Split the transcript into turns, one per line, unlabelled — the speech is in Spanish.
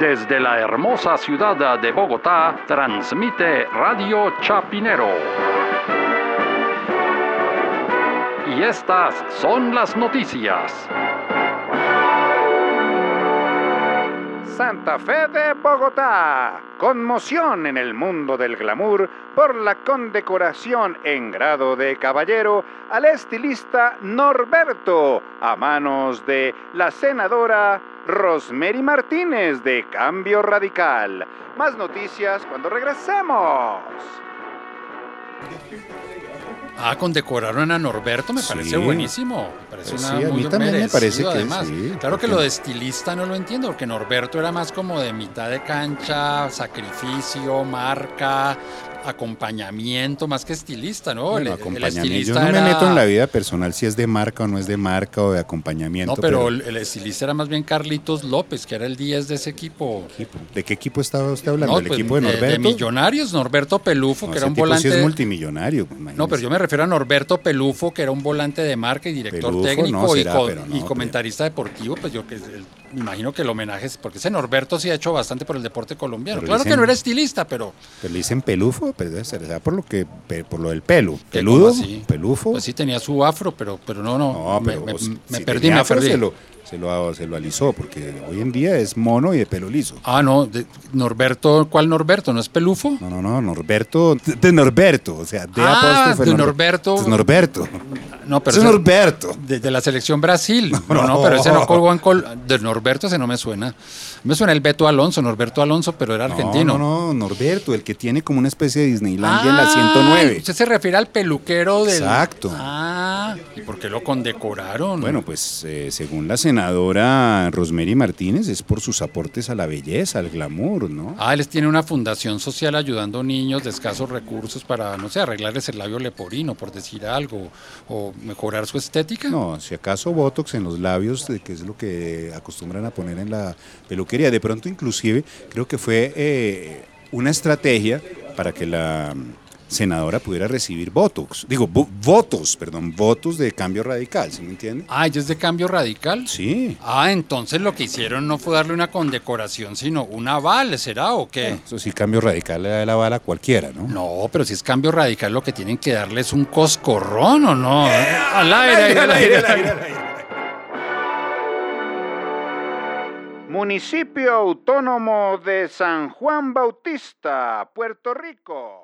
Desde la hermosa ciudad de Bogotá, transmite Radio Chapinero. Y estas son las noticias.
Santa Fe de Bogotá. Conmoción en el mundo del glamour por la condecoración en grado de caballero al estilista Norberto a manos de la senadora Rosemary Martínez de Cambio Radical. Más noticias cuando regresemos.
Ah, condecoraron a Norberto, me parece
Sí.
buenísimo. Me parece
Pues
una
sí, a
muy
mí también me parece
merecido,
que
además.
sí,
claro que
porque-
lo de estilista no lo entiendo, porque Norberto era más como de mitad de cancha, sacrificio, marca, acompañamiento, más que estilista, ¿no? El-
Bueno,
el
acompañamiento. Yo
estilista
no me
era-
meto en la vida personal si es de marca o no es de marca o de acompañamiento.
No, pero el el estilista era más bien Carlitos López, que era el 10 de ese equipo.
¿de qué equipo estaba usted hablando?
No,
¿El
pues,
equipo de Norberto?
Millonarios, Norberto Pelufo,
No,
que
ese
era un
tipo
volante.
sí es multimillonario. pues, imagínese.
No, pero yo me refiero a Norberto Pelufo, que era un volante de marca y director
Pelufo,
técnico
no
y,
será,
co-
pero no,
y
pero-
comentarista deportivo, pues yo que el- me imagino que el homenaje es porque ese Norberto sí ha hecho bastante por el deporte colombiano.
Pero
claro
dicen-
que no era estilista, pero
Pero le dicen pelufo, pero debe ser, o sea, por lo que pe- por lo del pelo.
que
Peludo,
como así,
pelufo.
Pues sí tenía su afro, pero pero no no,
No,
me,
pero
me-
si-
me
si
perdí,
tenía
me
afro,
perdí.
Se lo, se, lo, se lo alisó, porque hoy en día es mono y de pelo liso.
Ah, no, de- Norberto, ¿cuál Norberto? ¿No es Pelufo?
No, no, no, Norberto, de- de Norberto, o sea, de
Ah,
apóstrofe
de
Norbe-
Norberto.
Es Norberto.
No, pero
es
ese-
Norberto.
de, de la selección Brasil. No, no,
No.
pero ese no colgó en col de Norberto ese no me suena. Me suena el Beto Alonso, Norberto Alonso, pero era
No,
argentino.
no, no, Norberto, el que tiene como una especie de Disneylandia en la 109.
Usted Ah, se refiere al peluquero del.
Exacto.
Ah, ¿y por qué lo condecoraron?
Bueno, pues eh, según la senadora Rosemary Martínez, es por sus aportes a la belleza, al glamour, ¿no?
Ah, les tiene una fundación social ayudando niños de escasos recursos para, no sé, arreglarles el labio leporino, por decir algo, o mejorar su estética.
No, si acaso Botox en los labios, eh, que es lo que acostumbran a poner en la peluquería. De pronto, inclusive, creo que fue eh, una estrategia para que la mm, senadora pudiera recibir Botox. Digo, vo- votos, perdón, votos de cambio radical, ¿sí me entiende?
Ah, ¿y es de cambio radical?
Sí.
Ah, entonces lo que hicieron no fue darle una condecoración, sino un aval, ¿será o qué?
Eso sí, cambio radical le da la bala a cualquiera, ¿no?
No, pero si es cambio radical, lo que tienen que darle es un coscorrón, ¿o no? Eh, Al aire, al aire, al aire.
Municipio Autónomo de San Juan Bautista, Puerto Rico.